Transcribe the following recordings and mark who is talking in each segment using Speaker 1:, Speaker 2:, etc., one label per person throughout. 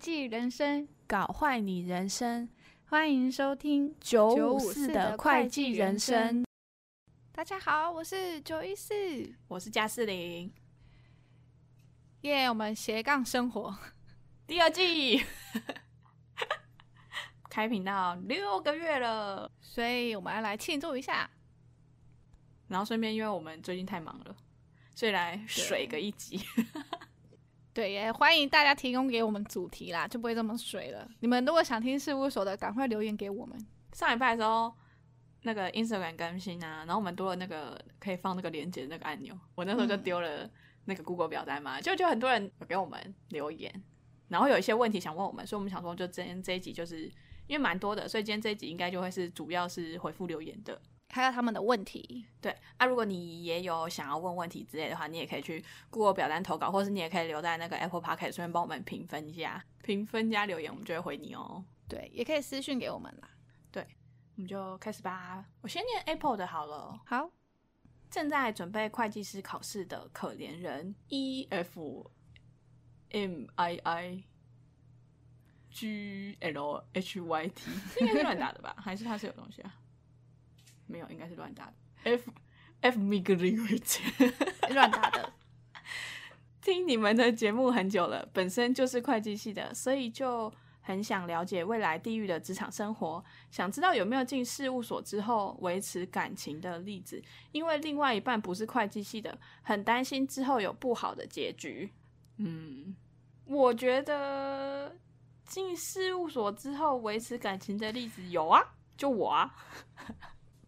Speaker 1: 计人生，
Speaker 2: 搞坏你人生
Speaker 1: 欢迎收听
Speaker 2: 九五四
Speaker 1: 954
Speaker 2: 的会计人生。。
Speaker 1: 大家好，我是九一四，
Speaker 2: 我是嘉四零，
Speaker 1: 耶、我们斜杠生活，
Speaker 2: 第二季 开频道六个月了，
Speaker 1: 所以我们要来庆祝一下。
Speaker 2: 然后顺便因为我们最近太忙了，所以来水个一集。
Speaker 1: 对耶，也欢迎大家提供给我们主题啦，就不会这么水了。你们如果想听事务所的，赶快留言给我们。
Speaker 2: 上礼拜的时候。那个 Instagram 更新啊，然后我们多了那个可以放那个链接的那个按钮，我那时候就
Speaker 1: 嗯
Speaker 2: 丢了那个 Google 表单嘛，就就很多人有给我们留言，然后有一些问题想问我们，所以我们想说就今天这一集就是因为蛮多的，所以今天这一集应该就会是主要是回复留言的。
Speaker 1: 还有他们的问题，
Speaker 2: 对啊，如果你也有想要问问题之类的话，你也可以去 Google 表单投稿，或是你也可以留在那个 Apple Podcast 顺便帮我们评分一下，评分加留言，我们就会回你哦。
Speaker 1: 对，也可以私讯给我们啦。
Speaker 2: 我们就开始吧，我先念 Apple 的好了。
Speaker 1: 好，
Speaker 2: 正在准备会计师考试的可怜人 E F M I I G L H Y T，应该是乱打的吧？ 还是它是有东西啊？没有，应该是乱打的。F F Migrit，
Speaker 1: 乱打的，
Speaker 2: 听你们的节目很久了，本身就是会计系的，所以就很想了解未来地狱的职场生活，想知道有没有进事务所之后维持感情的例子，因为另外一半不是会计系的，很担心之后有不好的结局。嗯，我觉得进事务所之后维持感情的例子有啊，就我啊，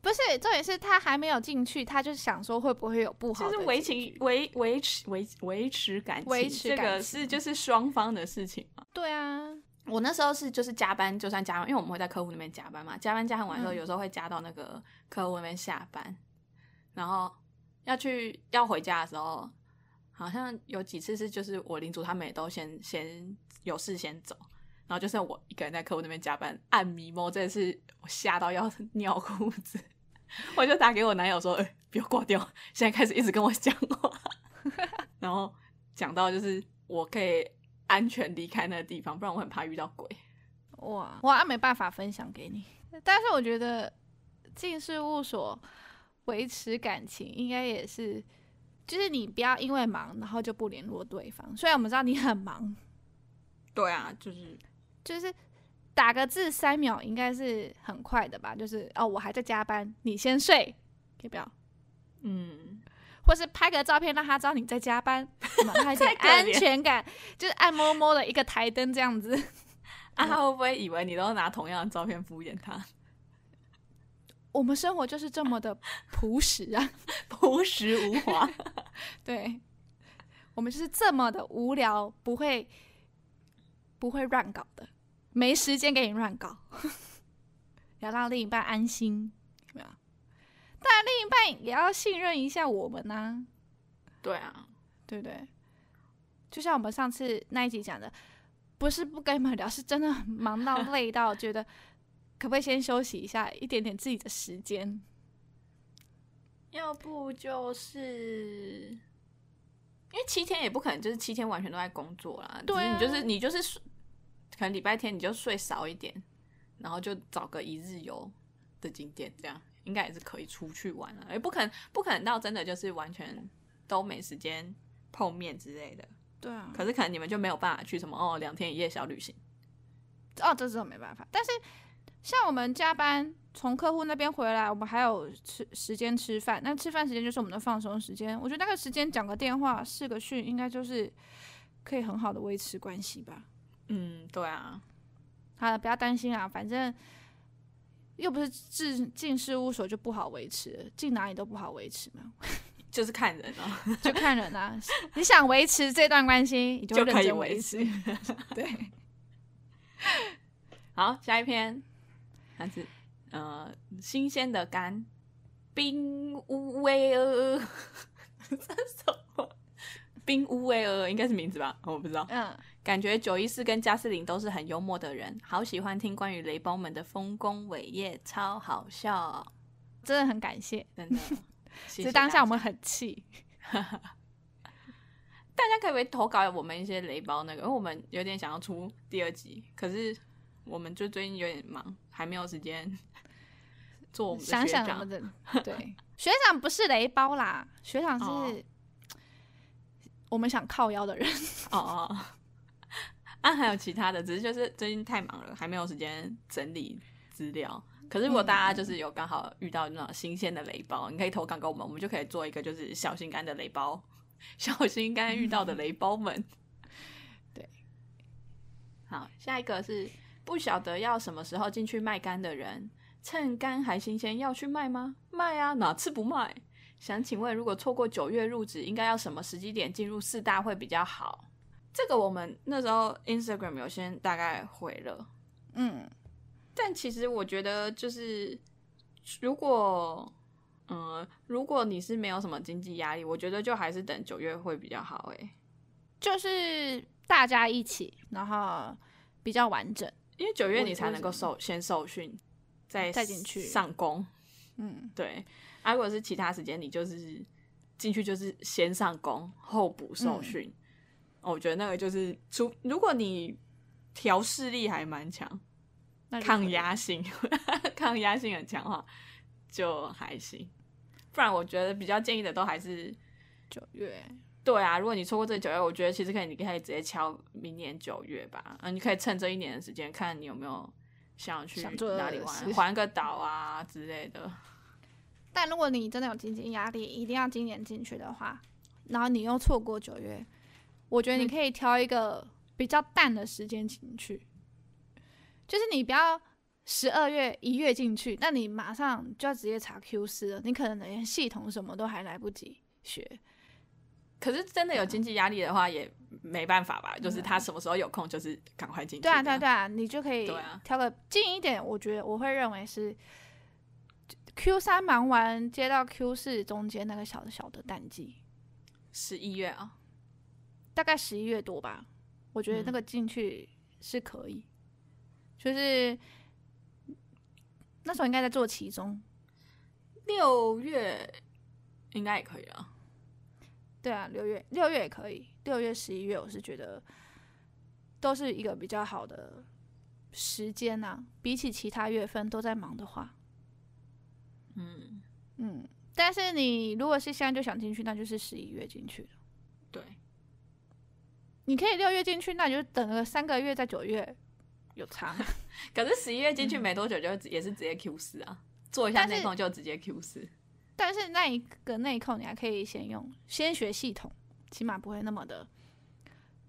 Speaker 1: 不是重点是他还没有进去，他就想说会不会有不好
Speaker 2: 就
Speaker 1: 的
Speaker 2: 是维
Speaker 1: 结
Speaker 2: 情
Speaker 1: 局
Speaker 2: 维维持维维持感情，
Speaker 1: 维持
Speaker 2: 这
Speaker 1: 感
Speaker 2: 个
Speaker 1: 情
Speaker 2: 是就是双方的事情嘛。
Speaker 1: 对啊，
Speaker 2: 我那时候是就是加班，就算加班，因为我们会在客户那边加班嘛，加班加很晚之后，
Speaker 1: 嗯
Speaker 2: 有时候会加到那个客户那边下班，然后要去要回家的时候，好像有几次是就是我领主他们也都先先有事先走，然后就剩我一个人在客户那边加班，按迷蒙，真的是我吓到要 尿裤子，我就打给我男友说，哎、不要挂掉，现在开始一直跟我讲话，然后讲到就是我可以安全离开那个地方，不然我很怕遇到鬼。
Speaker 1: 哇，我啊没办法分享给你，但是我觉得进事务所维持感情应该也是，就是你不要因为忙然后就不联络对方。虽然我们知道你很忙，
Speaker 2: 对啊，就是
Speaker 1: 就是打个字三秒应该是很快的吧，就是哦我还在加班，你先睡，要不要？
Speaker 2: 嗯，
Speaker 1: 或是拍个照片让他知道你在加 班，有没有他有点
Speaker 2: 太可
Speaker 1: 安
Speaker 2: 怜
Speaker 1: 全感，就是暗摸摸的一个台灯这样子。
Speaker 2: 啊，他会不会以为你都拿同样的照片敷衍他？
Speaker 1: 我们生活就是这么的朴实啊。
Speaker 2: 朴实无华。
Speaker 1: 对，我们就是这么的无聊，不会不会乱搞的，没时间给你乱搞， 要让另一半安心，有没有？但另一半也要信任一下我们呐、
Speaker 2: 对啊，
Speaker 1: 对不对？就像我们上次那一集讲的，不是不跟你们聊，是真的忙 到累到，觉得可不可以先休息一下，一点点自己的时间？
Speaker 2: 要不就是因为七天也不可能就是七天完全都在工作啦，
Speaker 1: 对啊
Speaker 2: 只是你就是你就是睡可能礼拜天你就睡少一点，然后就找个一日游的景点，这样应该也是可以出去玩啊，也不可能不可能到真的就是完全都没时间碰面之类的。
Speaker 1: 对啊
Speaker 2: 可是可能你们就没有办法去什么哦两天一夜小旅行，
Speaker 1: 哦，这种没办法。但是像我们加班从客户那边回来，我们还有吃时间吃饭，那吃饭时间就是我们的放松时间。我觉得那个时间讲个电话、视个讯，应该就是可以很好的维持关系吧。
Speaker 2: 嗯，对啊，
Speaker 1: 好了，不要担心啊，反正又不是进进事务所就不好维持了，进哪里都不好维持嘛，
Speaker 2: 就是看人啊。
Speaker 1: 就看人啊。你想维持这段关系，你就
Speaker 2: 就
Speaker 1: 认
Speaker 2: 可以
Speaker 1: 真
Speaker 2: 维
Speaker 1: 维持。 对。
Speaker 2: 好，下一篇，还是呃新鲜的干冰乌威尔， 这是什么？冰乌威尔应该是名字吧，哦我不知道。
Speaker 1: 嗯，
Speaker 2: 感觉九一四跟加斯林都是很幽默的人，好喜欢听关于雷包们的丰功伟业，超好笑，
Speaker 1: 真的很 感谢。
Speaker 2: 真的。谢
Speaker 1: 只
Speaker 2: 谢
Speaker 1: 是当
Speaker 2: 大
Speaker 1: 下
Speaker 2: 家
Speaker 1: 我们很气，
Speaker 2: 大家可不可以投稿我们一些雷包那个？因为我们有点想要出第二集，可是我们就最近有点忙，还没有时间做我们的
Speaker 1: 想
Speaker 2: 学
Speaker 1: 想
Speaker 2: 长
Speaker 1: 我们的 对学长不是雷包啦，学长是、
Speaker 2: 哦
Speaker 1: 我们想靠腰的人。
Speaker 2: 哦哦，啊，还有其他的，只是就是最近太忙了，还没有时间整理资料。可是如果大家就是有刚好遇到那种新鲜的雷包，你可以投稿给我们，我们就可以做一个就是小心肝的雷包，小心肝遇到的雷包们。
Speaker 1: 对，
Speaker 2: 好，下一个是不晓得要什么时候进去卖肝的人，趁肝还新鲜要去卖吗？卖啊，哪次不卖？想请问，如果错过九月入职，应该要什么时机点进入四大会比较好？这个我们那时候 Instagram 有先大概回了，
Speaker 1: 嗯，
Speaker 2: 但其实我觉得就是如果。嗯，如果你是没有什么经济压力，我觉得就还是等九月会比较好、欸。
Speaker 1: 就是大家一起，然后比较完整。
Speaker 2: 因为九月
Speaker 1: 我
Speaker 2: 你才能够受先受训，再
Speaker 1: 再进去
Speaker 2: 上工。
Speaker 1: 嗯，
Speaker 2: 对，啊，如果是其他时间，你就是进去就是先上工后补受训、
Speaker 1: 嗯
Speaker 2: 哦我觉得那个就是，除如果你调试力还蛮强，
Speaker 1: 那就可
Speaker 2: 抗
Speaker 1: 以
Speaker 2: 压性抗压性很强的话，就还行。不然我觉得比较建议的都还是
Speaker 1: 九月，
Speaker 2: 对啊，如果你错过这九月，我觉得其实可以，你可以直接敲明年九月吧。啊，你可以趁这一年的时间，看你有没有想去
Speaker 1: 想做的
Speaker 2: 哪里
Speaker 1: 事
Speaker 2: 玩，环个岛啊之类的。
Speaker 1: 但如果你真的有经济压力，一定要今年进去的话，然后你又错过九月，我觉得你
Speaker 2: 嗯
Speaker 1: 可以挑一个比较淡的时间进去，就是你不要十二月一月进去，那你马上就要直接查 Q 四了，你可能连系统什么都还来不及学。
Speaker 2: 可是真的有经济压力的话，也没办法吧？就是他什么时候有空，就是赶快进去。
Speaker 1: 嗯对啊，对啊，对啊，你就可以
Speaker 2: 对啊
Speaker 1: 挑个近一点，我觉得我会认为是 Q 三忙完接到 Q 四中间那个小小的淡季。
Speaker 2: 十一月啊，
Speaker 1: 大概十一月多吧，我觉得那个进去是可以，就是那时候应该在做其中，
Speaker 2: 六月应该也可以啊。
Speaker 1: 对啊，六月六月也可以，六月十一月我是觉得都是一个比较好的时间呐、比起其他月份都在忙的话，
Speaker 2: 嗯，
Speaker 1: 嗯，但是你如果是现在就想进去，那就是十一月进去了
Speaker 2: 对，
Speaker 1: 你可以六月进去，那你就等个三个月，在九月有差吗？
Speaker 2: 可是十一月进去没多久就直也是直接 Q 四啊，做一下
Speaker 1: 但是
Speaker 2: 内控就直接 Q 四。
Speaker 1: 但是那一个内控你还可以先用，先学系统，起码不会那么的，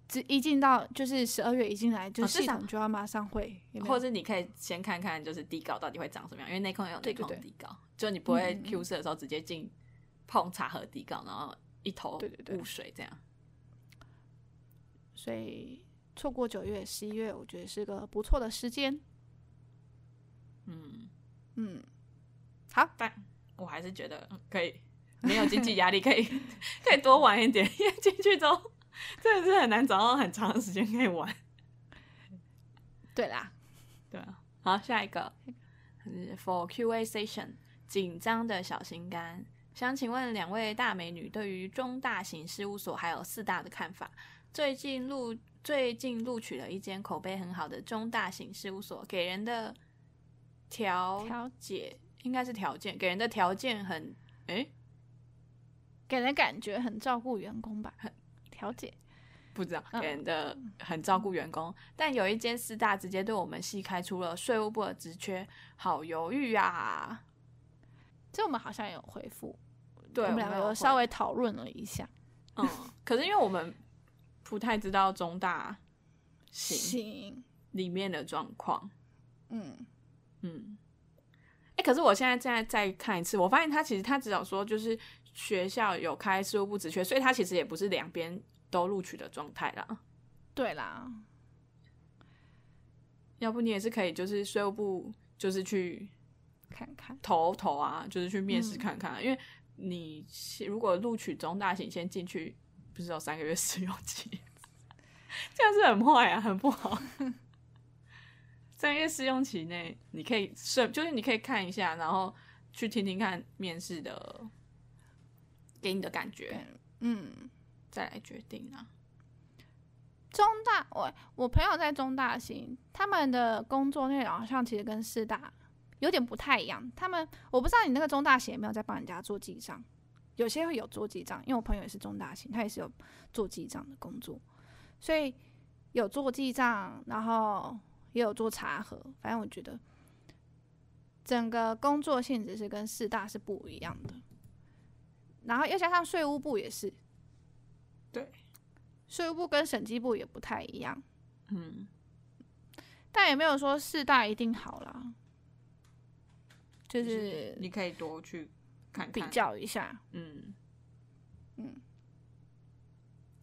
Speaker 1: 只一进到就是十二月一进来就
Speaker 2: 哦至
Speaker 1: 系
Speaker 2: 少
Speaker 1: 统就要马上会，有没有
Speaker 2: 或者你可以先看看，就是底稿到底会长什么样，因为内控也有内
Speaker 1: 对对
Speaker 2: 控
Speaker 1: 对
Speaker 2: 底稿，就你不会
Speaker 1: 嗯嗯嗯
Speaker 2: Q 四的时候直接进碰茶和底稿，然后一头
Speaker 1: 对对对
Speaker 2: 雾水这样。
Speaker 1: 所以错过九月、十一月，我觉得是个不错的时间。
Speaker 2: 嗯，
Speaker 1: 嗯，
Speaker 2: 但我还是觉得嗯可以，没有经济压力，可以 可以多玩一点，因为进去之后真的是很难找到很长的时间可以玩。
Speaker 1: 对啦，
Speaker 2: 对啊，好，下一个是 for QA session 紧张的小心肝。想请问两位大美女对于中大型事务所还有四大的看法？最近录最近录取了一间口碑很好的中大型事务所，给人的条
Speaker 1: 调
Speaker 2: 解应该是条件，给人的条件很诶、
Speaker 1: 给人感觉很照顾员工吧，调解。
Speaker 2: 不知道
Speaker 1: 嗯
Speaker 2: 给人的很照顾员工，但有一间师大直接对我们系开出了税务部的职缺，好犹豫啊！
Speaker 1: 这我们好像有回复，
Speaker 2: 对，
Speaker 1: 我们两个有稍
Speaker 2: 微。
Speaker 1: 微讨论了一下。
Speaker 2: 嗯，可是因为我们不太知道中大型
Speaker 1: 行，
Speaker 2: 里面的状况，
Speaker 1: 嗯，
Speaker 2: 嗯，哎、可是我现在现在再看一次，我发现他其实他只有说就是学校有开事务部职缺，所以他其实也不是两边都录取的状态啦。
Speaker 1: 对啦，
Speaker 2: 要不你也是可以就是税务部就是去
Speaker 1: 看看，
Speaker 2: 投投啊，就是去面试
Speaker 1: 嗯
Speaker 2: 看看啊、因为你先如果录取中大型先进去，不是有三个月试用期，这样是很坏啊，很不 好。三个月试用期内，你可以是就是你可以看一下，然后去听听看面试的给你的感觉，
Speaker 1: 嗯，
Speaker 2: 再来决定啊。
Speaker 1: 中大，我我朋友在中大型，他们的工作内容好像其实跟师大有点不太一样。他们我不知道你那个中大型有没有在帮人家做记账，有些会有做记账，因为我朋友也是中大型，他也是有做记账的工作，所以有做记账，然后也有做查核。反正我觉得整个工作性质是跟师大是不一样的，然后又加上税务部也是，
Speaker 2: 对，
Speaker 1: 税务部跟审计部也不太一样。
Speaker 2: 嗯，
Speaker 1: 但也没有说四大一定好啦，就
Speaker 2: 就是你可以多去看看
Speaker 1: 比，较一下，
Speaker 2: 嗯，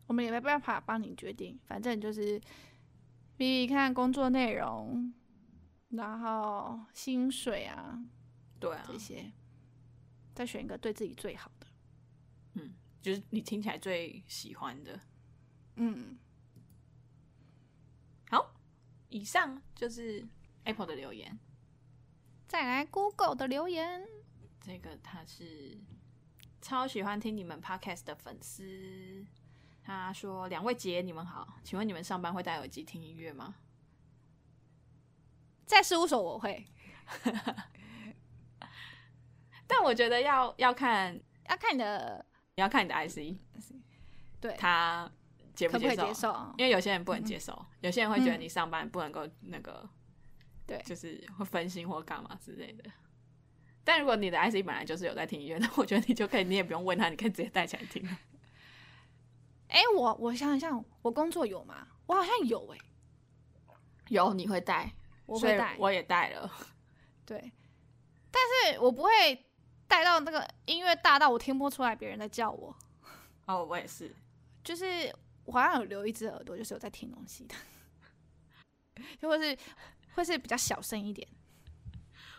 Speaker 1: 我们也没办法帮你决定，反正就是比比看工作内容，然后薪水啊
Speaker 2: 对啊
Speaker 1: 这，些，再选一个对自己最好的。
Speaker 2: 就是你听起来最喜欢的。
Speaker 1: 嗯，
Speaker 2: 好，以上就是 Apple 的留言，
Speaker 1: 再来 Google 的留言，
Speaker 2: 这个他是超喜欢听你们 Podcast 的粉丝。他说：“两位姐，你们好，请问你们上班会戴耳机听音乐吗？
Speaker 1: 在事务所我会
Speaker 2: 但我觉得要要看，
Speaker 1: 要看你的
Speaker 2: 要看你的 IC，
Speaker 1: 对
Speaker 2: 他接
Speaker 1: 可不可
Speaker 2: 接
Speaker 1: 以
Speaker 2: 受，啊
Speaker 1: 接受，嗯
Speaker 2: 因为有些人不能接受，有些人会觉得你上班不能够那个，
Speaker 1: 对
Speaker 2: 就是会分心或干嘛之类的。但如果你的 IC 本来就是有在听音乐，那我觉得你就可以，你也不用问他，你可以直接戴起来听。
Speaker 1: 哎、我我想想，我工作有吗？我好像有哎、
Speaker 2: 有，你会戴，
Speaker 1: 我
Speaker 2: 所
Speaker 1: 会
Speaker 2: 以
Speaker 1: 带，
Speaker 2: 我也戴了。
Speaker 1: 对，但是我不会带到那个音乐大到我听不出来别人在叫我，
Speaker 2: 哦，我也是，
Speaker 1: 就是我好像有留一只耳朵，就是有在听东西的， 就会是会是比较小声一点。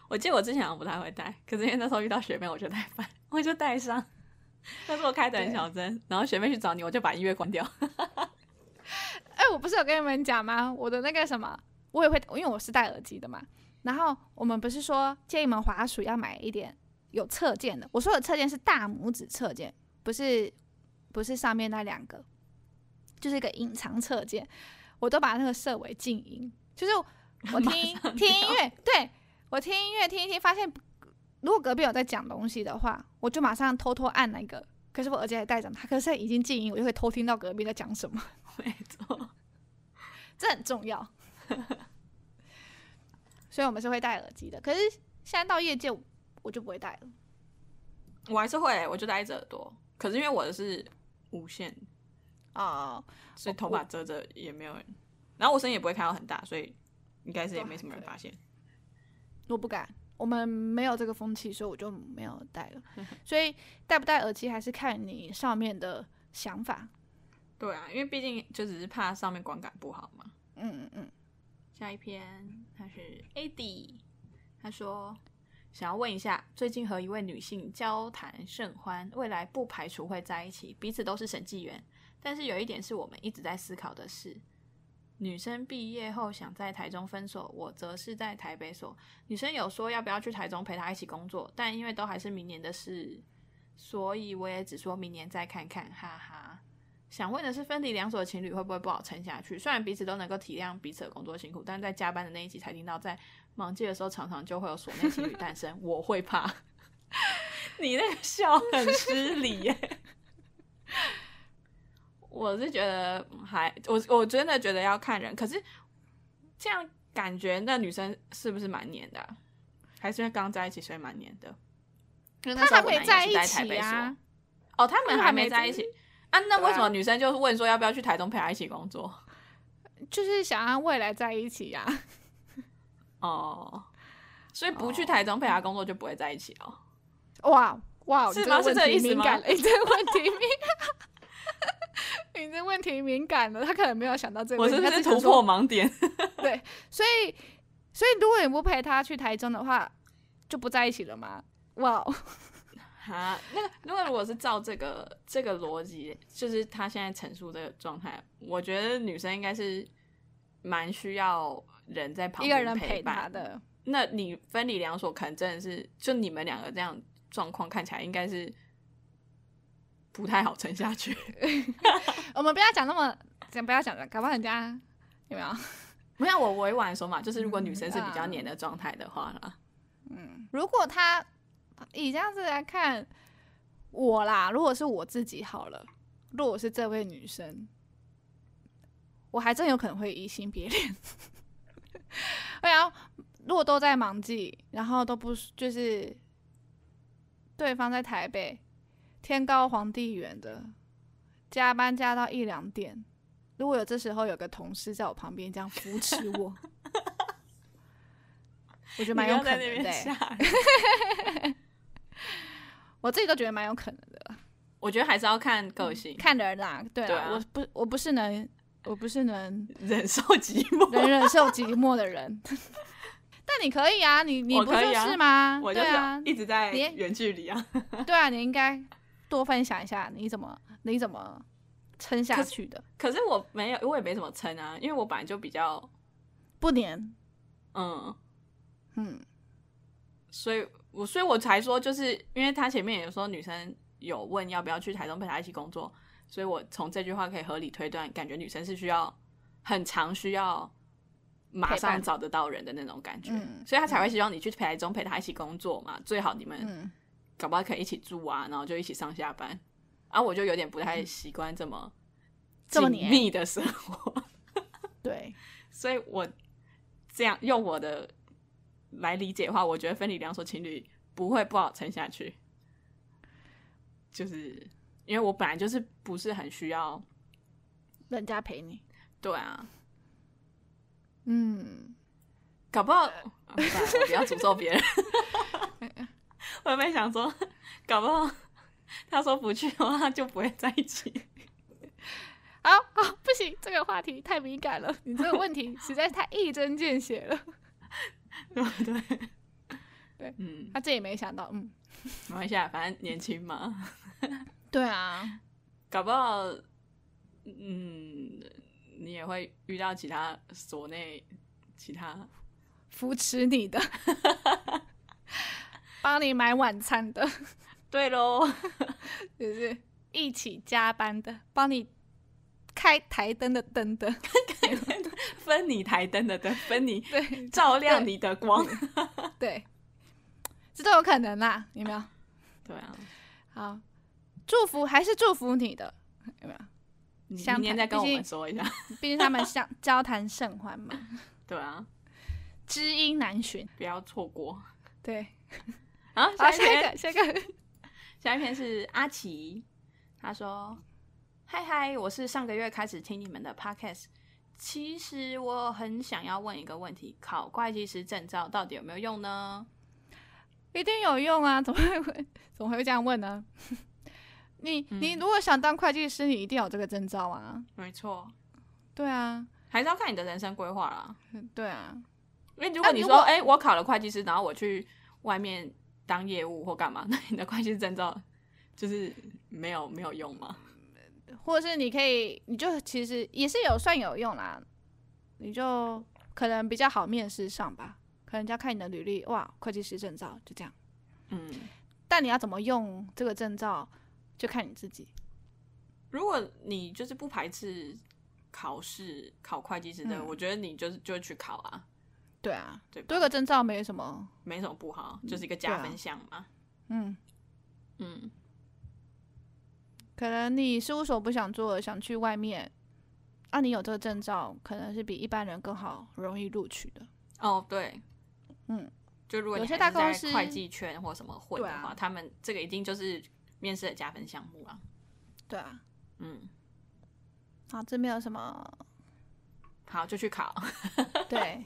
Speaker 2: 我记得我之前好像不太会戴，可是因为那时候遇到学妹，我就戴反，我就戴上。 但是我开的很小声，然后学妹去找你，我就把音乐关掉。
Speaker 1: 哎、我不是有跟你们讲吗？我的那个什么，我也会，因为我是戴耳机的嘛。然后我们不是说建议你们滑鼠要买一点有侧键的，我说的侧键是大拇指侧键，不是不是上面那两个，就是一个隐藏侧键，我都把那个设为静音，就是我听听音乐，对我听音乐听一听，发现如果隔壁有在讲东西的话，我就马上偷偷按那个。可是我耳机还戴着，它可是已经静音，我就会偷听到隔壁在讲什么。
Speaker 2: 没错，
Speaker 1: 这很重要。 所以我们是会戴耳机的，可是现在到业界我我就不会戴了。
Speaker 2: 我还是会，我就戴一只耳朵。可是因为我的是无线，
Speaker 1: 哦，
Speaker 2: 所以头发遮着也没有人。然后我声音也不会开到很大，所以应该是也没什么人发现。
Speaker 1: 我不敢，我们没有这个风气，所以我就没有戴了。 所以戴不戴耳机还是看你上面的想法。
Speaker 2: 对啊，因为毕竟就只是怕上面光感不好嘛。
Speaker 1: 嗯嗯嗯，
Speaker 2: 下一篇，他是 AD，他说想要问一下，最近和一位女性交谈甚欢，未来不排除会在一起，彼此都是审计员，但是有一点是我们一直在思考的是，女生毕业后想在台中分所，我则是在台北所。女生有说要不要去台中陪她一起工作，但因为都还是明年的事，所以我也只说明年再看看，哈哈。想问的是，分离两所的情侣会不会不好撑下去？虽然彼此都能够体谅彼此的工作辛苦，但在加班的那一集才听到，在忙季的时候常常就会有所内情侣诞生， 我会怕。你那个笑很失礼耶。 我是觉得嗯还我我真的觉得要看人，可是这样感觉那女生是不是蛮黏的啊、还是因为刚在一起所以蛮黏的？因为那
Speaker 1: 他
Speaker 2: 时候
Speaker 1: 还
Speaker 2: 我们
Speaker 1: 没
Speaker 2: 也
Speaker 1: 在
Speaker 2: 是
Speaker 1: 一
Speaker 2: 在台
Speaker 1: 起
Speaker 2: 北所
Speaker 1: 啊，
Speaker 2: 哦，他们
Speaker 1: 们
Speaker 2: 还
Speaker 1: 还
Speaker 2: 没
Speaker 1: 没
Speaker 2: 在一起啊？那
Speaker 1: 对
Speaker 2: 为什么
Speaker 1: 啊
Speaker 2: 女生就是问说要不要去台东陪她一起工作？
Speaker 1: 就是想要未来在一起啊呀、
Speaker 2: 哦，所以不去台东陪她工作就不会在一起哦。
Speaker 1: 哇 哇，
Speaker 2: 是
Speaker 1: 你
Speaker 2: 吗
Speaker 1: 这个
Speaker 2: 是这个意
Speaker 1: 问题
Speaker 2: 思
Speaker 1: 敏感了，你这个问题敏感，你 这问题敏感了，他可能没有想到这个
Speaker 2: 我
Speaker 1: 问题，
Speaker 2: 是不
Speaker 1: 他
Speaker 2: 是
Speaker 1: 只想
Speaker 2: 突
Speaker 1: 说
Speaker 2: 破盲 点？
Speaker 1: 所以，所以如果你不陪他去台中的话，就不在一起了吗？哇、
Speaker 2: 啊，那个，如果如果是照这个这个逻辑，就是他现在陈述这个状态，我觉得女生应该是蛮需要人在旁
Speaker 1: 一个
Speaker 2: 边
Speaker 1: 人
Speaker 2: 陪
Speaker 1: 陪他
Speaker 2: 伴。
Speaker 1: 的，
Speaker 2: 那你分离两所，可能真的是就你们两个这样状况看起来，应该是不太好撑下去。
Speaker 1: 我们不要讲那么，讲不要讲了，搞不好人家有没有？
Speaker 2: 没有，我委婉说嘛，就是如果女生是比较
Speaker 1: 嗯
Speaker 2: 黏的状态的话啦，
Speaker 1: 如果他以这样子来看我啦，如果是我自己好了，如果我是这位女生，我还真有可能会移情别 恋。对啊，如果都在忙季，然后都不就是对方在台北，天高皇帝远的，加班加到一两点。如果有这时候有个同事在我旁边这样扶持我， 我觉得蛮有
Speaker 2: 你
Speaker 1: 可
Speaker 2: 不要在
Speaker 1: 能
Speaker 2: 那
Speaker 1: 的欸、
Speaker 2: 边吓人。
Speaker 1: 我自己都觉得蛮有可能的，
Speaker 2: 我觉得还是要看个性，
Speaker 1: 看人啦，嗯对啦，
Speaker 2: 对啊
Speaker 1: 我不我不是能我不是能
Speaker 2: 忍受寂寞。
Speaker 1: 能忍受寂寞的人， 但你可以啊，你你
Speaker 2: 我
Speaker 1: 不
Speaker 2: 可以
Speaker 1: 就
Speaker 2: 啊
Speaker 1: 是吗？
Speaker 2: 我就
Speaker 1: 对啊
Speaker 2: 是，一直在
Speaker 1: 你
Speaker 2: 远距离啊，
Speaker 1: 对啊，你应该多分享一下你怎么你怎么撑下
Speaker 2: 可是
Speaker 1: 去的，
Speaker 2: 可是我没有，我也没怎么撑啊，因为我本来就比较
Speaker 1: 不粘，
Speaker 2: 嗯，
Speaker 1: 嗯，
Speaker 2: 所以我所以我才说，就是因为他前面有说女生有问要不要去台中陪他一起工作，所以我从这句话可以合理推断，感觉女生是需要很长需要马
Speaker 1: 陪
Speaker 2: 上
Speaker 1: 伴
Speaker 2: 找得到人的那种感觉，
Speaker 1: 嗯
Speaker 2: 所以他才会希望你去台中陪他一起工作嘛，最好你们
Speaker 1: 嗯
Speaker 2: 搞不好可以一起住啊，然后就一起上下班，然、后我就有点不太习惯这么
Speaker 1: 这么
Speaker 2: 紧
Speaker 1: 黏
Speaker 2: 密的生活。
Speaker 1: 对，
Speaker 2: 所以我这样用我的来理解的话，我觉得分离两所情侣不会不好撑下去，就是因为我本来就是不是很需要，
Speaker 1: 人家陪你，
Speaker 2: 对啊，
Speaker 1: 嗯，
Speaker 2: 搞不好、啊、不然我不要诅咒别 人，我原本想说，搞不好他说不去的话就不会在一起，
Speaker 1: 好好， 不行，这个话题太敏感了，你这个问题实在是太一针见血了，
Speaker 2: 对不对？
Speaker 1: 对，
Speaker 2: 嗯，
Speaker 1: 他自己没想到，嗯，
Speaker 2: 没关系啊，反正年轻嘛。
Speaker 1: 对啊，
Speaker 2: 搞不好，嗯，你也会遇到其他所内其他
Speaker 1: 扶持你的， 帮你买晚餐的，
Speaker 2: 对喽，
Speaker 1: 就是一起加班的，帮你开台灯的灯的，
Speaker 2: 分你台灯的灯，分你
Speaker 1: 对
Speaker 2: 照亮你的光。
Speaker 1: 对，这都有可能啦，有没有？
Speaker 2: 对啊，
Speaker 1: 好，祝福还是祝福你的，有没有？
Speaker 2: 你
Speaker 1: 相
Speaker 2: 明
Speaker 1: 谈
Speaker 2: 天再跟我
Speaker 1: 毕
Speaker 2: 们
Speaker 1: 竟
Speaker 2: 说一下。
Speaker 1: 毕竟他们相交谈甚欢嘛，
Speaker 2: 对啊，
Speaker 1: 知音难寻。
Speaker 2: 不要错过。
Speaker 1: 对，
Speaker 2: 啊，
Speaker 1: 好，
Speaker 2: 下一
Speaker 1: 下一
Speaker 2: 篇，
Speaker 1: 个，下一个，
Speaker 2: 下一篇是阿奇，他说：“嗨嗨，我是上个月开始听你们的 podcast。其实我很想要问一个问题：考会计师证照到底有没有用呢？”
Speaker 1: 一定有用啊！怎么会会怎么会这样问呢？ 你你如果想当会计师，你一定有这个证照啊。
Speaker 2: 没错，
Speaker 1: 对啊，
Speaker 2: 还是要看你的人生规划啦。
Speaker 1: 对啊，
Speaker 2: 因为如果
Speaker 1: 那
Speaker 2: 你
Speaker 1: 如
Speaker 2: 说，
Speaker 1: 果
Speaker 2: 哎、我考了会计师，然后我去外面当业务或干嘛，那你的会计师证照 就是没有没有用嘛？
Speaker 1: 或者是你可以，你就其实也是有算有用啦，你就可能比较好面试上吧，可能人家看你的履历，哇，会计师证照就这样。
Speaker 2: 嗯，
Speaker 1: 但你要怎么用这个证照，就看你自己。
Speaker 2: 如果你就是不排斥考试考会计师的，
Speaker 1: 嗯
Speaker 2: 我觉得你就是就去考啊，
Speaker 1: 对啊，
Speaker 2: 对吧
Speaker 1: 多个证照没什么，
Speaker 2: 没什么不好，就是一个
Speaker 1: 对
Speaker 2: 加
Speaker 1: 啊
Speaker 2: 分项嘛。
Speaker 1: 嗯，
Speaker 2: 嗯，
Speaker 1: 可能你事务所不想做，想去外面，啊，你有这个证照，可能是比一般人更好容易录取的。
Speaker 2: 哦对，
Speaker 1: 嗯，
Speaker 2: 就如果你
Speaker 1: 有些
Speaker 2: 还是
Speaker 1: 大公
Speaker 2: 在
Speaker 1: 司
Speaker 2: 会计圈或什么混的
Speaker 1: 对啊
Speaker 2: 话，他们这个一定就是面试的加分项目啊。
Speaker 1: 对啊，
Speaker 2: 嗯，
Speaker 1: 好，这没有什么，
Speaker 2: 好，就去考。
Speaker 1: 对，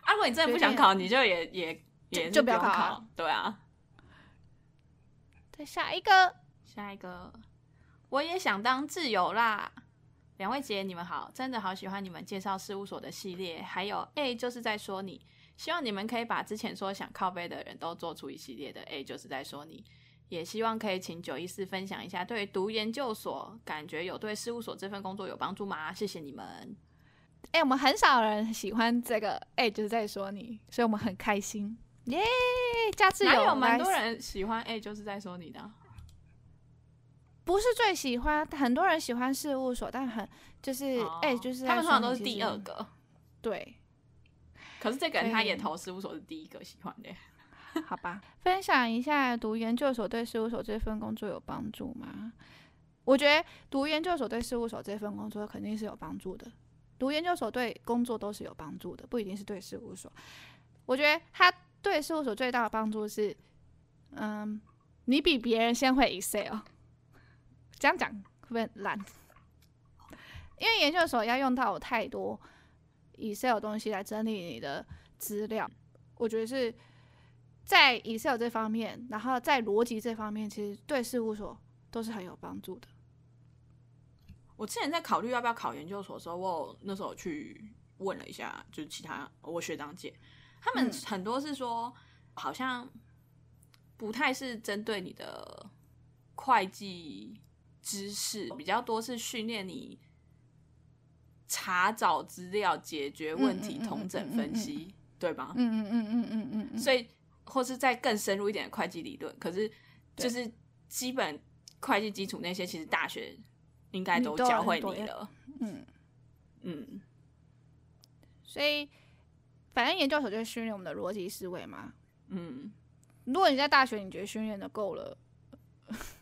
Speaker 2: 啊，如果你真的不想考，你就也也也是
Speaker 1: 就不要
Speaker 2: 用考
Speaker 1: 考啊
Speaker 2: 啊。对啊，
Speaker 1: 再下一个，
Speaker 2: 下一个，我也想当自由啦。两位姐，你们好，真的好喜欢你们介绍事务所的系列，还有 A 就是在说你，希望你们可以把之前说想靠背的人都做出一系列的 A 就是在说你，也希望可以请九一四分享一下对于读研究所感觉有对事务所这份工作有帮助吗？谢谢你们。
Speaker 1: 哎、我们很少人喜欢这个，哎、就是在说你，所以我们很开心，耶、下次
Speaker 2: 哪有
Speaker 1: 有
Speaker 2: 蛮多
Speaker 1: 来
Speaker 2: 人喜欢 A 就是在说你的啊、
Speaker 1: 不是最喜欢，很多人喜欢事务所，但很就是哎、
Speaker 2: 哦
Speaker 1: 就是
Speaker 2: 他们
Speaker 1: 在
Speaker 2: 通常
Speaker 1: 说
Speaker 2: 都
Speaker 1: 你
Speaker 2: 是
Speaker 1: 其
Speaker 2: 第
Speaker 1: 实
Speaker 2: 二个，
Speaker 1: 对，
Speaker 2: 可是这个人他
Speaker 1: 所以
Speaker 2: 也投事务所是第一个喜欢的耶。
Speaker 1: 好吧，分享一下读研究所对事务所这份工作有帮助吗？我觉得读研究所对事务所这份工作肯定是有帮助的，读研究所对工作都是有帮助的，不一定是对事务所。我觉得他对事务所最大的帮助是，嗯，你比别人先会 Excel，这样讲会不会很烂？因为研究所要用到太多 Excel 的东西来整理你的资料，我觉得是在 Excel 这方面，然后在逻辑这方面，其实对事务所都是很有帮助的。
Speaker 2: 我之前在考虑要不要考研究所的时候，我有那时候去问了一下，就是其他我学长姐，他们
Speaker 1: 嗯
Speaker 2: 很多是说、好像不太是针对你的会计知识，比较多是训练你查找资料、解决问题、
Speaker 1: 嗯嗯嗯嗯
Speaker 2: 统整分析，对吧？
Speaker 1: 嗯嗯嗯嗯嗯嗯嗯
Speaker 2: 所以或是再更深入一点的会计理论，可是就是基本会计基础那些，其实大学应该嗯都
Speaker 1: 你都有
Speaker 2: 教会
Speaker 1: 很多
Speaker 2: 你了。
Speaker 1: 嗯，
Speaker 2: 嗯，
Speaker 1: 所以反正研究所就是训练我们的逻辑思维嘛。
Speaker 2: 嗯，
Speaker 1: 如果你在大学你觉得训练的够了，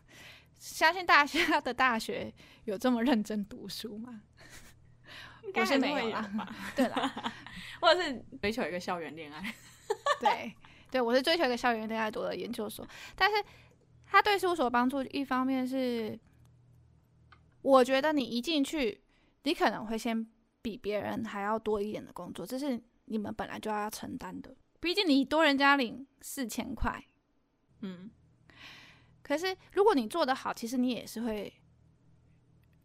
Speaker 1: 相信大家的大学 有这么认真读书吗？我是没有
Speaker 2: 有
Speaker 1: 啦，
Speaker 2: 吧？
Speaker 1: 对啦，
Speaker 2: 或者是追求一个校园恋爱，
Speaker 1: 对对，我是追求一个校园恋爱，读了研究所，但是他对事务所的帮助，一方面是我觉得你一进去，你可能会先比别人还要多一点的工作，这是你们本来就要承担的，毕竟你多人家领四千块，
Speaker 2: 嗯，
Speaker 1: 可是如果你做得好，其实你也是会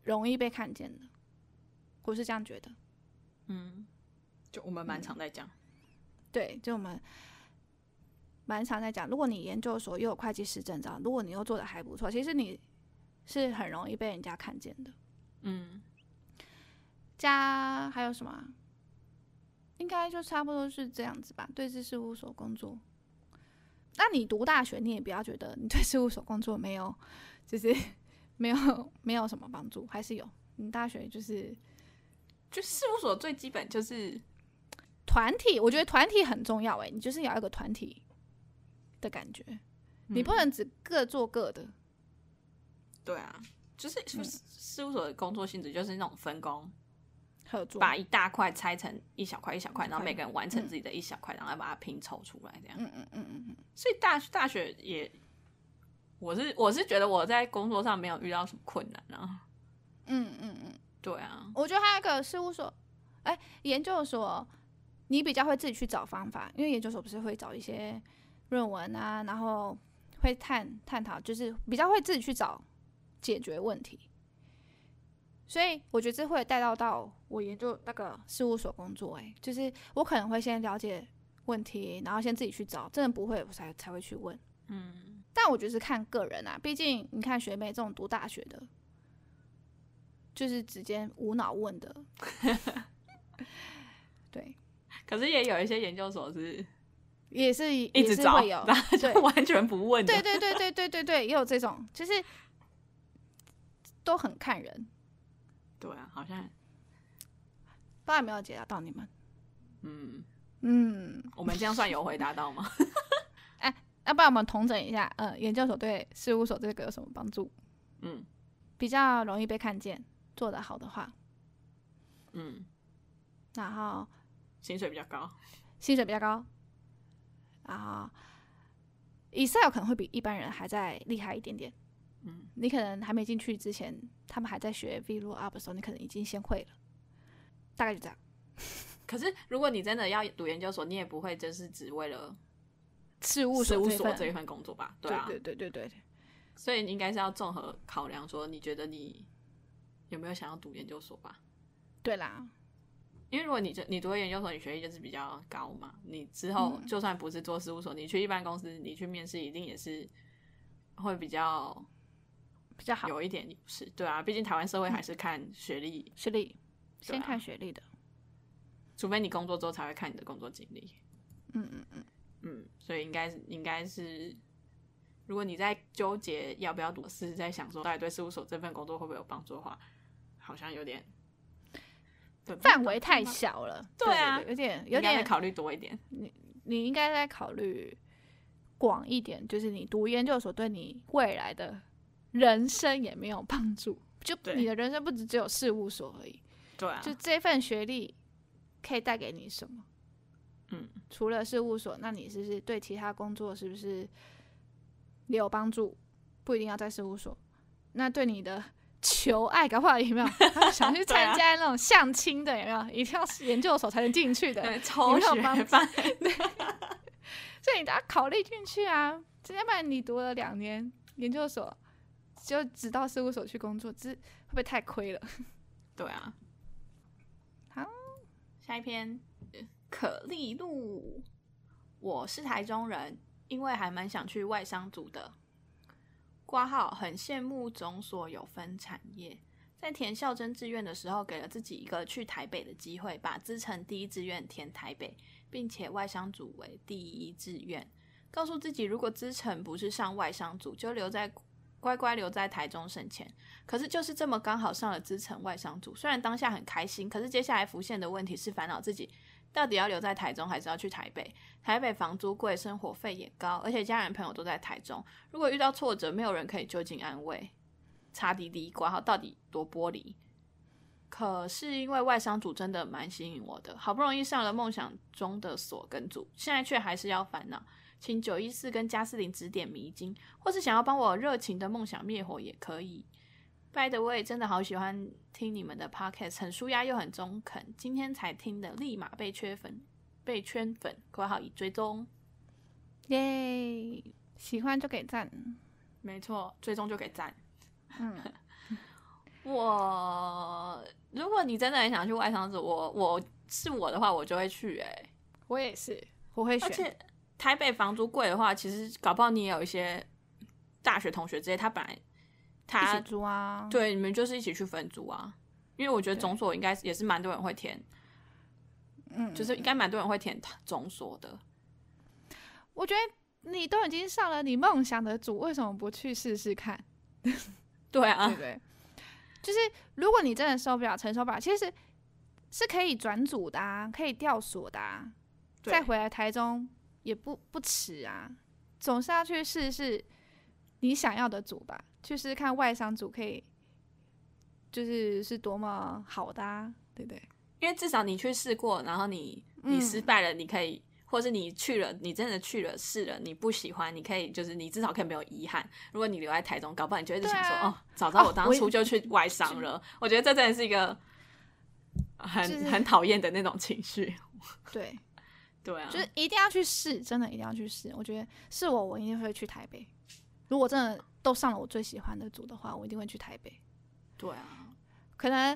Speaker 1: 容易被看见的，我是这样觉得。
Speaker 2: 嗯就我们蛮常在讲，
Speaker 1: 对，就我们蛮常在讲，如果你研究所又有会计师证照，如果你又做的还不错，其实你是很容易被人家看见的。
Speaker 2: 嗯，
Speaker 1: 加还有什么啊、应该就差不多是这样子吧。对，这事务所工作。那你读大学，你也不要觉得你对事务所工作没有，就是 没有没有什么帮助，还是有。你大学就是
Speaker 2: 就事务所最基本就是
Speaker 1: 团体，我觉得团体很重要欸诶、你就是要有一个团体的感觉，你不
Speaker 2: 嗯
Speaker 1: 能只各做各的。
Speaker 2: 对啊，就是事务所的工作性质就是那种分工，
Speaker 1: 合作。
Speaker 2: 把一大块拆成一小块一小块，然后
Speaker 1: 块
Speaker 2: 每个人完成自己的一小块，然后把它拼凑出来这样。
Speaker 1: 嗯嗯嗯嗯嗯，
Speaker 2: 所以大大学也，我是我是觉得我在工作上没有遇到什么困难啊。
Speaker 1: 嗯嗯嗯，
Speaker 2: 对啊，
Speaker 1: 我觉得还有一个事务所，哎、研究所，你比较会自己去找方法，因为研究所不是会找一些论文啊，然后会探探讨，就是比较会自己去找解决问题。所以我觉得这会带到到我研究那个事务所工作、哎，就是我可能会先了解问题，然后先自己去找，真的不会我才才会去问。
Speaker 2: 嗯，
Speaker 1: 但我觉得是看个人啊，毕竟你看学妹这种读大学的，就是直接无脑问的， 对，
Speaker 2: 可是也有一些研究所是
Speaker 1: 也是
Speaker 2: 一
Speaker 1: 一
Speaker 2: 直找，
Speaker 1: 会有
Speaker 2: 然，后就
Speaker 1: 对
Speaker 2: 完全不问的。
Speaker 1: 对对对对对对对，也有这种，就是都很看人，
Speaker 2: 对啊，好像
Speaker 1: 不知道有没有解答到你们？
Speaker 2: 嗯，
Speaker 1: 嗯，
Speaker 2: 我们这样算有回答到吗？
Speaker 1: 要不然我们统整一下，呃，研究所对事务所这个有什么帮助？
Speaker 2: 嗯
Speaker 1: 比较容易被看见，做得好的话，
Speaker 2: 嗯，
Speaker 1: 然后
Speaker 2: 薪水比较高，
Speaker 1: 薪水比较高，然后 Excel 可能会比一般人还在厉害一点点。
Speaker 2: 嗯，
Speaker 1: 你可能还没进去之前，他们还在学 VLOOKUP 的时候，你可能已经先会了，大概就这样。
Speaker 2: 可是如果你真的要读研究所，你也不会就是只为了
Speaker 1: 事务
Speaker 2: 事
Speaker 1: 所
Speaker 2: 务
Speaker 1: 这一
Speaker 2: 所
Speaker 1: 份
Speaker 2: 这一份工作吧？
Speaker 1: 对
Speaker 2: 啊，
Speaker 1: 对对对对，
Speaker 2: 所以你应该是要综合考量，说你觉得你有没有想要读研究所吧？
Speaker 1: 对啦，
Speaker 2: 因为如果你就你读了研究所，你学历就是比较高嘛，你之后就算不是做事务所，你去一般公司，你去面试一定也是会比较
Speaker 1: 比较好，
Speaker 2: 有一点优势，对啊，毕竟台湾社会还是看学历，
Speaker 1: 学历
Speaker 2: 对啊
Speaker 1: 先看学历的，
Speaker 2: 除非你工作之后才会看你的工作经历，
Speaker 1: 嗯嗯嗯，
Speaker 2: 嗯，所以应该是应该是如果你在纠结要不要读，是在想说到底对事务所这份工作会不会有帮助的话，好像有点对
Speaker 1: 范围太
Speaker 2: 小，
Speaker 1: 小了。
Speaker 2: 对啊
Speaker 1: 有点有
Speaker 2: 应该再
Speaker 1: 点，
Speaker 2: 考虑多一点。
Speaker 1: 你应该在考虑广一点，就是你读研究所对你未来的人生也没有帮助。就
Speaker 2: 对
Speaker 1: 你的人生不只只有事务所而已，
Speaker 2: 对啊，
Speaker 1: 就这份学历可以带给你什么？
Speaker 2: 嗯，
Speaker 1: 除了事务所，那你是不是对其他工作是不是也有帮助？不一定要在事务所。那对你的求爱，搞不好 有没有想去
Speaker 2: 对啊
Speaker 1: 参加那种相亲的？有没有？一定要是研究所才能进去的？
Speaker 2: 对抽
Speaker 1: 你没有
Speaker 2: 血
Speaker 1: 帮助
Speaker 2: 饭，
Speaker 1: 所以你都要考虑进去啊。这要不然你读了两年研究所，就只到事务所去工作，这会不会太亏 了？
Speaker 2: 对啊。
Speaker 1: 好，
Speaker 2: 下一篇呃可丽露，我是台中人，因为还蛮想去外商组的。挂号很羡慕总所有分产业，在填校真志愿的时候，给了自己一个去台北的机会，把资成第一志愿填台北，并且外商组为第一志愿。告诉自己，如果资成不是上外商组，就留在乖乖留在台中省钱。可是就是这么刚好上了资诚外商组，虽然当下很开心，可是接下来浮现的问题是烦恼自己到底要留在台中还是要去台北？台北房租贵，生活费也高，而且家人朋友都在台中，如果遇到挫折，没有人可以就近安慰。擦滴滴挂号到底多玻璃？可是因为外商组真的蛮吸引我的，好不容易上了梦想中的所跟组，现在却还是要烦恼。请九一四跟加斯林指点迷津，或是想要帮我热情的梦想灭火也可以。By the way，真的好喜欢听你们的 podcast，很舒压又很中肯。今天才听的，立马被缺粉，被圈粉，括号已追踪。
Speaker 1: 耶、喜欢就给赞。
Speaker 2: 没错，追踪就给赞。
Speaker 1: 嗯，
Speaker 2: 我如果你真的很想去外商组，我我是我的话，我就会去、欸。哎，
Speaker 1: 我也是，我会
Speaker 2: 而
Speaker 1: 选。
Speaker 2: 且台北房租贵的话，其实搞不好你也有一些大学同学之类，他本来
Speaker 1: 一
Speaker 2: 他
Speaker 1: 起租啊，
Speaker 2: 对，你们就是一起去分租啊。因为我觉得
Speaker 1: 对
Speaker 2: 总所应该也是蛮多人会填，
Speaker 1: 嗯，
Speaker 2: 就是应该蛮多人会填总所的。
Speaker 1: 我觉得你都已经上了你梦想的组，为什么不去试试看？
Speaker 2: 对啊，
Speaker 1: 对不对？就是如果你真的受不了、承受不了，其实是可以转组的、啊，可以调所的、啊，
Speaker 2: 对
Speaker 1: 再回来台中也不不迟啊。总是要去试试你想要的组吧，去试试看外商组可以，就是是多么好的、啊，对不对？
Speaker 2: 因为至少你去试过，然后你你
Speaker 1: 嗯
Speaker 2: 失败了，你可以，或是你去了，你真的去了试了，你不喜欢，你可以就是你至少可以没有遗憾。如果你留在台中，搞不好你就一直
Speaker 1: 对
Speaker 2: 想
Speaker 1: 啊
Speaker 2: 说，哦，早知道我
Speaker 1: 哦
Speaker 2: 当
Speaker 1: 我
Speaker 2: 初就去外商了。我觉得这真的是一个很、
Speaker 1: 就是
Speaker 2: 很讨厌的那种情绪。
Speaker 1: 对，
Speaker 2: 对啊，
Speaker 1: 就是一定要去试，真的一定要去试。我觉得是我，我一定会去台北。如果真的都上了我最喜欢的组的话，我一定会去台北。
Speaker 2: 对啊，
Speaker 1: 可能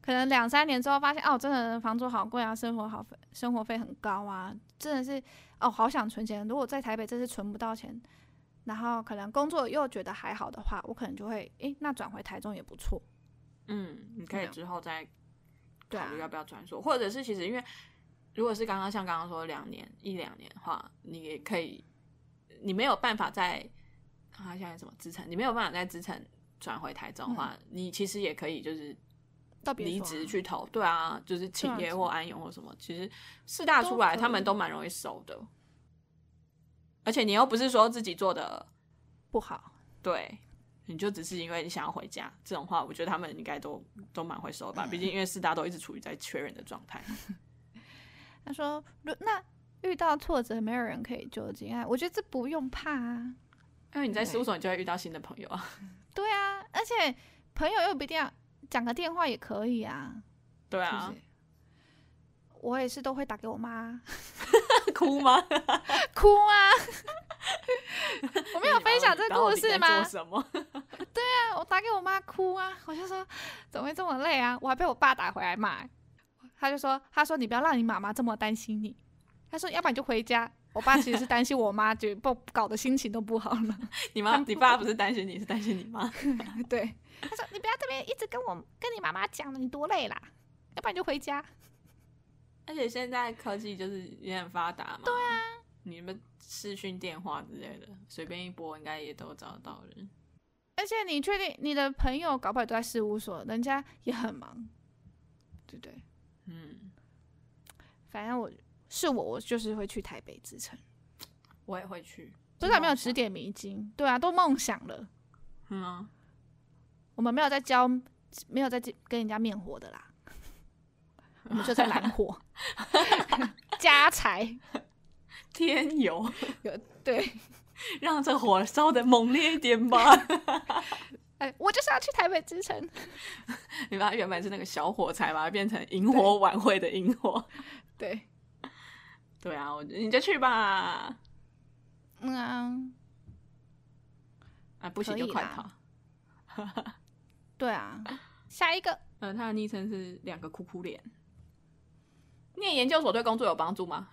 Speaker 1: 可能两三年之后发现，哦，真的房租好贵啊，生活好费生活费很高啊，真的是哦，好想存钱。如果在台北真是存不到钱，然后可能工作又觉得还好的话，我可能就会，诶，那转回台中也不错。
Speaker 2: 嗯，你可以之后再
Speaker 1: 对
Speaker 2: 考
Speaker 1: 啊
Speaker 2: 虑，要不要转所，或者是其实因为如果是刚刚像刚刚说两年一两年的话，你也可以，你没有办法在啊现在什么资产，你没有办法在资产转回台中的话，你其实也可以就是
Speaker 1: 到嗯别
Speaker 2: 离
Speaker 1: 所啊
Speaker 2: 职去投，对啊，就是企
Speaker 1: 对
Speaker 2: 业
Speaker 1: 啊
Speaker 2: 或安永或什么，其实四大出来
Speaker 1: 都可以
Speaker 2: 他们都蛮容易收的，而且你又不是说自己做的，
Speaker 1: 不好，
Speaker 2: 对。你就只是因为你想要回家这种话，我觉得他们应该都都蛮会收的
Speaker 1: 嗯
Speaker 2: 吧。毕竟因为四大都一直处于在缺人的状态。
Speaker 1: 他说，如那遇到挫折，没有人可以救济，哎，我觉得这不用怕啊。
Speaker 2: 因为你在事务所，你就会遇到新的朋友啊。
Speaker 1: 对啊，而且朋友又不一定要讲个电话也可以啊，
Speaker 2: 对
Speaker 1: 是不
Speaker 2: 啊
Speaker 1: 是，？我也是都会打给我妈，
Speaker 2: 哭吗？
Speaker 1: 哭啊！我 没有分享这故事
Speaker 2: 你到底在
Speaker 1: 吗
Speaker 2: 做？什么？
Speaker 1: 我打给我妈哭啊，我就说怎么会这么累啊？我还被我爸打回来骂、他就说他说你不要让你妈妈这么担心你，他说要不然你就回家。我爸其实是担心我妈，就不搞得心情都不好了。
Speaker 2: 你妈，你爸不是担心你，是担心你妈。
Speaker 1: 对，他说你不要这边一直跟我跟你妈妈讲了，你多累啦，要不然你就回家。
Speaker 2: 而且现在科技就是也很发达嘛。对啊，你们视讯电话之类的，随便一拨应该也都找得到人。
Speaker 1: 而且你确定你的朋友搞不好都在事务所，人家也很忙，对不对？
Speaker 2: 嗯，
Speaker 1: 反正我是我，我就是会去台北之城。
Speaker 2: 我也会去。
Speaker 1: 不知道有没有指点迷津？对啊，都梦想了，
Speaker 2: 嗯啊，
Speaker 1: 我们没有在教，没有在跟人家面活的啦，我们就在揽 火，家财
Speaker 2: 天油，
Speaker 1: 有 对。
Speaker 2: 让这火烧的猛烈一点 吧。
Speaker 1: 哎，我就是要去台北之城。
Speaker 2: 你把它原本是那个小火柴，把它变成萤火晚会的萤火。
Speaker 1: 对，
Speaker 2: 对啊，我你就去吧。
Speaker 1: 嗯、啊，
Speaker 2: 啊，不行
Speaker 1: 可以
Speaker 2: 就
Speaker 1: 啦
Speaker 2: 快逃。
Speaker 1: 对啊，下一个
Speaker 2: 呃，他的昵称是两个哭哭脸。念研究所对工作有帮助吗？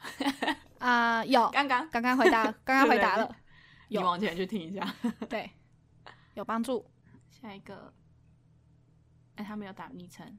Speaker 1: 啊、有
Speaker 2: 刚刚
Speaker 1: 刚刚回答，刚刚回答了，
Speaker 2: 你
Speaker 1: 有
Speaker 2: 往前去听一下。
Speaker 1: 对，有帮助，
Speaker 2: 下一个，哎、他没有打昵称。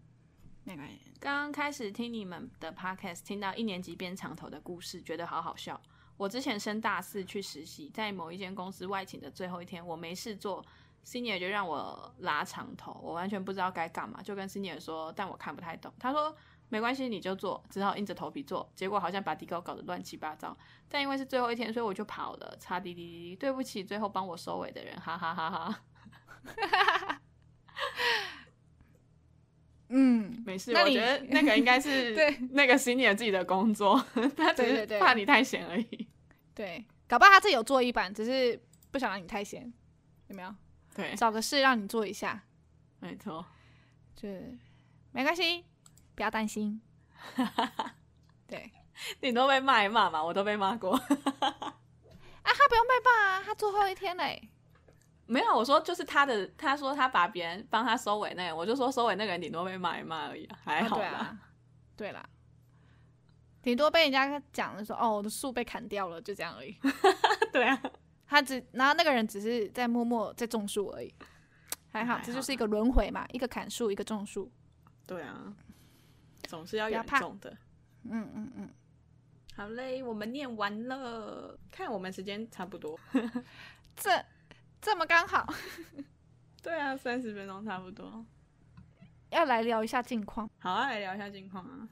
Speaker 1: 那个人
Speaker 2: 刚刚开始听你们的 podcast，听到一年级编长头的故事，觉得好好笑。我之前升大四去实习，在某一间公司外勤的最后一天，我没事做，senior 就让我拉长头，我完全不知道该干嘛，就跟 senior 说，但我看不太懂。他说没关系，你就做，只好硬着头皮做。结果好像把底稿搞得乱七八糟，但因为是最后一天，所以我就跑了。擦滴滴滴滴，对不起，最后帮我收尾的人，哈哈哈哈。
Speaker 1: 嗯，
Speaker 2: 没事，
Speaker 1: 那
Speaker 2: 我
Speaker 1: 你
Speaker 2: 觉得那个应该 是
Speaker 1: 对
Speaker 2: 那个 senior 自己的工作，他只
Speaker 1: 对
Speaker 2: 是
Speaker 1: 对对
Speaker 2: 怕你太闲而已。
Speaker 1: 对，搞不好他自己有做一版，只是不想让你太闲，有没有？
Speaker 2: 对，
Speaker 1: 找个事让你做一下，
Speaker 2: 没错。
Speaker 1: 就是没关系，不要担 心。对
Speaker 2: 你都被骂一骂嘛，我都被骂过。
Speaker 1: 啊，他不用被骂啊，他最后一天嘞。
Speaker 2: 没有，我说就是他的，他说他把别人帮他收尾那个，我就说收尾那个人顶多被骂一骂而已啊，还
Speaker 1: 啊
Speaker 2: 好
Speaker 1: 对
Speaker 2: 吧？
Speaker 1: 啊，对啦，顶多被人家讲的说哦，我的树被砍掉了，就这样而已。
Speaker 2: 对啊，
Speaker 1: 他只，然后那个人只是在默默在种树而已，还好，
Speaker 2: 还
Speaker 1: 这
Speaker 2: 好
Speaker 1: 就是一个轮回嘛，一个砍树，一个种树。
Speaker 2: 对啊，总是要
Speaker 1: 不要
Speaker 2: 严
Speaker 1: 怕
Speaker 2: 重的。
Speaker 1: 嗯嗯嗯，
Speaker 2: 好嘞，我们念完了，看我们时间差不多。
Speaker 1: 这这么刚好，
Speaker 2: 对啊，三十分钟差不多。
Speaker 1: 要来聊一下近况。
Speaker 2: 好啊，来聊一下近况啊。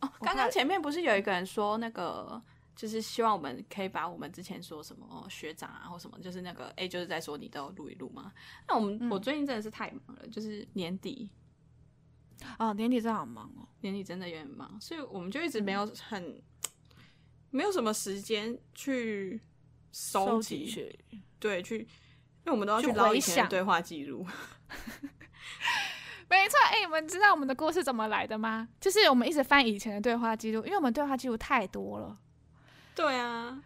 Speaker 2: 哦，
Speaker 1: 我
Speaker 2: 刚
Speaker 1: 怕
Speaker 2: 刚前面不是有一个人说那个，就是希望我们可以把我们之前说什么学长啊或什么，就是那个 A 就是在说你都录一录嘛。那我们、我最近真的是太忙了，就是年底
Speaker 1: 哦，年底真的好忙哦。
Speaker 2: 年底真的有点忙，所以我们就一直没有很没有什么时间去收集，
Speaker 1: 去，
Speaker 2: 对，去，因为我们都要
Speaker 1: 去
Speaker 2: 去捞
Speaker 1: 回
Speaker 2: 以前
Speaker 1: 想
Speaker 2: 的对话记录。
Speaker 1: 没错。哎、你们知道我们的故事怎么来的吗？就是我们一直翻以前的对话记录，因为我们对话记录太多了，
Speaker 2: 对啊，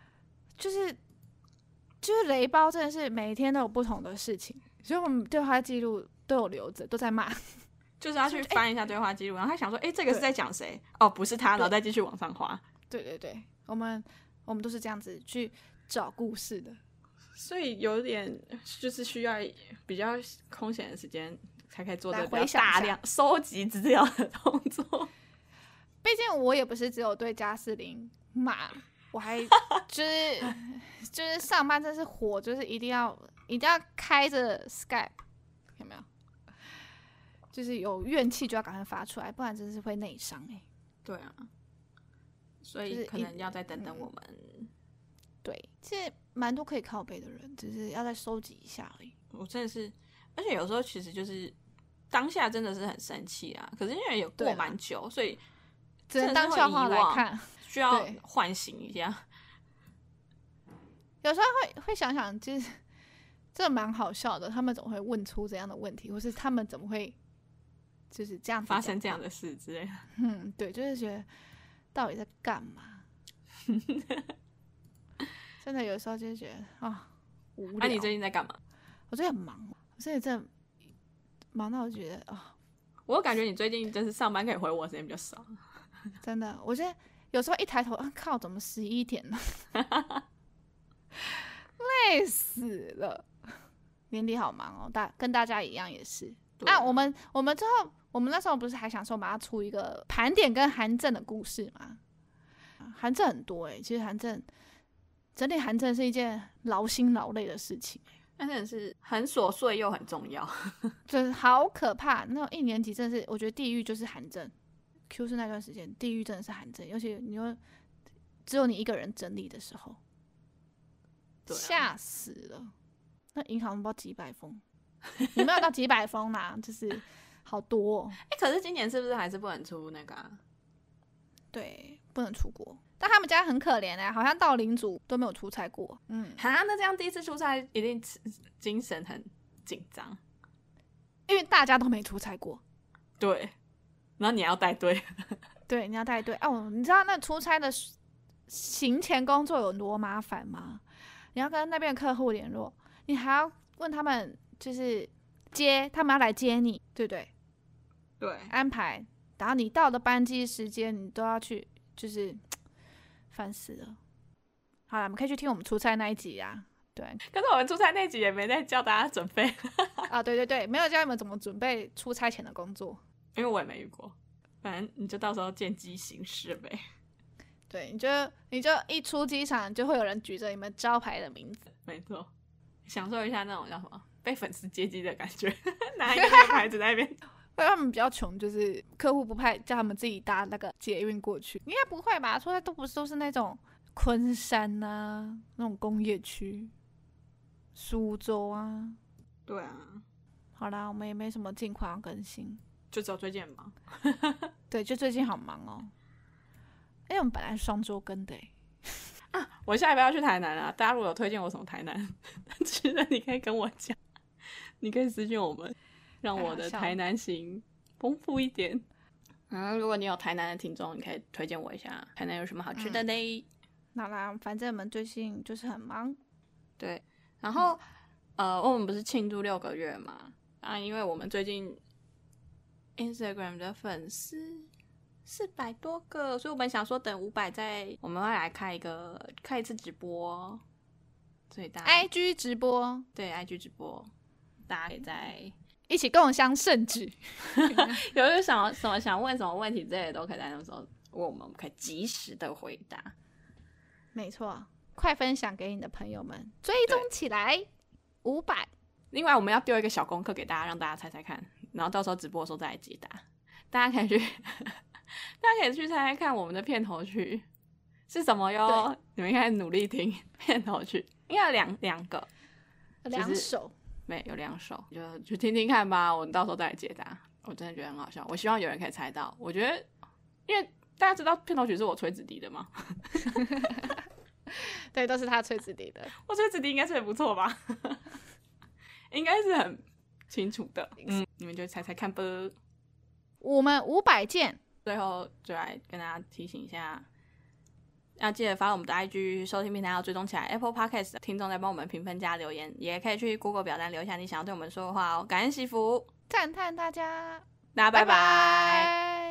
Speaker 1: 就是就是雷包真的是每天都有不同的事情，所以我们对话记录都有留着，都在骂。
Speaker 2: 就是要去翻一下对话记录，然后他想说，哎、这个是在讲谁？哦，不是他，然后再继续往上滑。
Speaker 1: 对对对，我们我们都是这样子去找故事的。
Speaker 2: 所以有点就是需要比较空闲的时间才可以做这
Speaker 1: 来
Speaker 2: 个比
Speaker 1: 回
Speaker 2: 较
Speaker 1: 想一下
Speaker 2: 大量收集资料 的动作。
Speaker 1: 毕竟我也不是只有对加斯林骂，我 还就是就是上班真是火，就是一定要一定要开着 Skype，有没有？就是有怨气就要赶快发出来，不然真是会内伤哎。
Speaker 2: 对啊，所
Speaker 1: 就是
Speaker 2: 以
Speaker 1: 一嗯
Speaker 2: 可能要再等等我们。
Speaker 1: 对，其实蛮多可以靠背的人，只是要再收集一下而已。
Speaker 2: 我真的是，而且有时候其实就是当下真的是很生气啊，可是因为也
Speaker 1: 对
Speaker 2: 过
Speaker 1: 啦
Speaker 2: 蛮久，所以
Speaker 1: 只能
Speaker 2: 真的是
Speaker 1: 当
Speaker 2: 会
Speaker 1: 笑话
Speaker 2: 遗
Speaker 1: 来
Speaker 2: 忘
Speaker 1: 看，
Speaker 2: 需要
Speaker 1: 对
Speaker 2: 唤醒一下。
Speaker 1: 有时候会会想想，就是这蛮好笑的。他们怎么会问出这样的问题，或是他们怎么会就是这样子
Speaker 2: 发
Speaker 1: 讲
Speaker 2: 生这样
Speaker 1: 话？
Speaker 2: 的事之类的，
Speaker 1: 嗯，对，就是觉得到底在干嘛？真的有时候就是觉得啊、无
Speaker 2: 那、
Speaker 1: 聊。
Speaker 2: 你最近在干嘛？
Speaker 1: 我最近很忙，我最近真的忙到我觉得啊、
Speaker 2: 我感觉你最近就是上班可以回我的时间比较少，
Speaker 1: 真的，我觉得有时候一抬头，啊靠，怎么十一点了？ 累死了！ 年底好忙哦，大跟大家一样也是。
Speaker 2: 对
Speaker 1: 啊，我们我们之后，我们那时候不是还想说我们要出一个盘点跟韩正的故事吗？啊，韩正很多哎、其实韩正整理韩正是一件劳心劳累的事情，欸
Speaker 2: 但真的是很琐碎又很重要。
Speaker 1: 真的好可怕。那种一年级真的是，我觉得地狱就是韩正，Q 是那段时间地狱真的是韩正，尤其你又只有你一个人整理的时候，
Speaker 2: 对啊
Speaker 1: 吓、死了。那银行不知道几百封，有没有到几百封啦、就是好多、哦。
Speaker 2: 哎、可是今年是不是还是不能出那个、啊？
Speaker 1: 对，不能出国。但他们家很可怜哎、好像到领主都没有出差过。嗯，
Speaker 2: 哈，那这样第一次出差一定精神很紧张。
Speaker 1: 因为大家都没出差过。
Speaker 2: 对，然后你还要带队，
Speaker 1: 对，你要带队哦。你知道那出差的行前工作有多麻烦吗？你要跟那边的客户联络，你还要问他们，就是接他们要来接你，对不对？
Speaker 2: 对，
Speaker 1: 安排，然后你到了班机时间，你都要去，就是烦死了。好了，我们可以去听我们出差那一集啊。对，
Speaker 2: 可是我们出差那集也没在教大家准备，
Speaker 1: 啊，对对对，没有教你们怎么准备出差前的工作。
Speaker 2: 因为我也没遇过。反正你就到时候见机行事呗。
Speaker 1: 对，你就你就一出机场，就会有人举着你们招牌的名字。
Speaker 2: 没错，享受一下那种叫什么被粉丝接机的感觉， 拿一个那个牌子在那边。
Speaker 1: 因为他们比较穷，就是客户不派，叫他们自己搭那个捷运过去。应该不会吧？出差都不是都是那种昆山呐、那种工业区，苏州啊。
Speaker 2: 对啊，
Speaker 1: 好啦，我们也没什么近况要更新。
Speaker 2: 就只有最近很忙。
Speaker 1: 对，就最近好忙哦。哎、我们本来是双周更的、欸，
Speaker 2: 我下一步要去台南啊，大家如果有推荐我什么台南 吃的，你可以跟我讲，你可以私信我们，让我
Speaker 1: 太
Speaker 2: 的
Speaker 1: 好笑了
Speaker 2: 台南行丰富一点。 啊，如果你有台南的听众，你可以推荐我一下，台南有什么好吃的嘞？
Speaker 1: 好啦，反正我们最近就是很忙。
Speaker 2: 对，然后呃，我们不是庆祝六个月嘛？啊，因为我们最近 Instagram 的粉丝四百多个，所以我们想说等五百再，我们会来开一个开一次直播，所以大家
Speaker 1: IG 直播，
Speaker 2: 对 IG 直播，大家可以在
Speaker 1: 一起共襄盛举。
Speaker 2: 有有想什么想问什么问题之类的，都可以在那时候问我们，我们可以及时的回答。
Speaker 1: 没错，快分享给你的朋友们，追踪起来。五百，
Speaker 2: 另外，我们要丢一个小功课给大家，让大家猜猜看，然后到时候直播的时候再来解答。大家可以去， 大家可以去猜猜看我们的片头曲是什么哟
Speaker 1: 对。
Speaker 2: 你们应该努力听片头曲，应该有两两个，
Speaker 1: 两手。
Speaker 2: 没有两首，就去听听看吧。我们到时候再来解答。我真的觉得很好笑，我希望有人可以猜到。我觉得，因为大家知道片头曲是我吹子笛的嘛，
Speaker 1: 对，都是他吹子笛的，
Speaker 2: 我吹子笛应该吹的不错吧？ 应该是很清楚的。嗯，你们就猜猜看吧。
Speaker 1: 我们五百件，
Speaker 2: 最后就来跟大家提醒一下，要记得发我们的 IG 收听平台，要追踪起来。Apple Podcast 的听众在帮我们评分加留言，也可以去 Google 表单留下你想要对我们说的话哦。感恩惜福，
Speaker 1: 赞叹大家，
Speaker 2: 大家拜拜
Speaker 1: 拜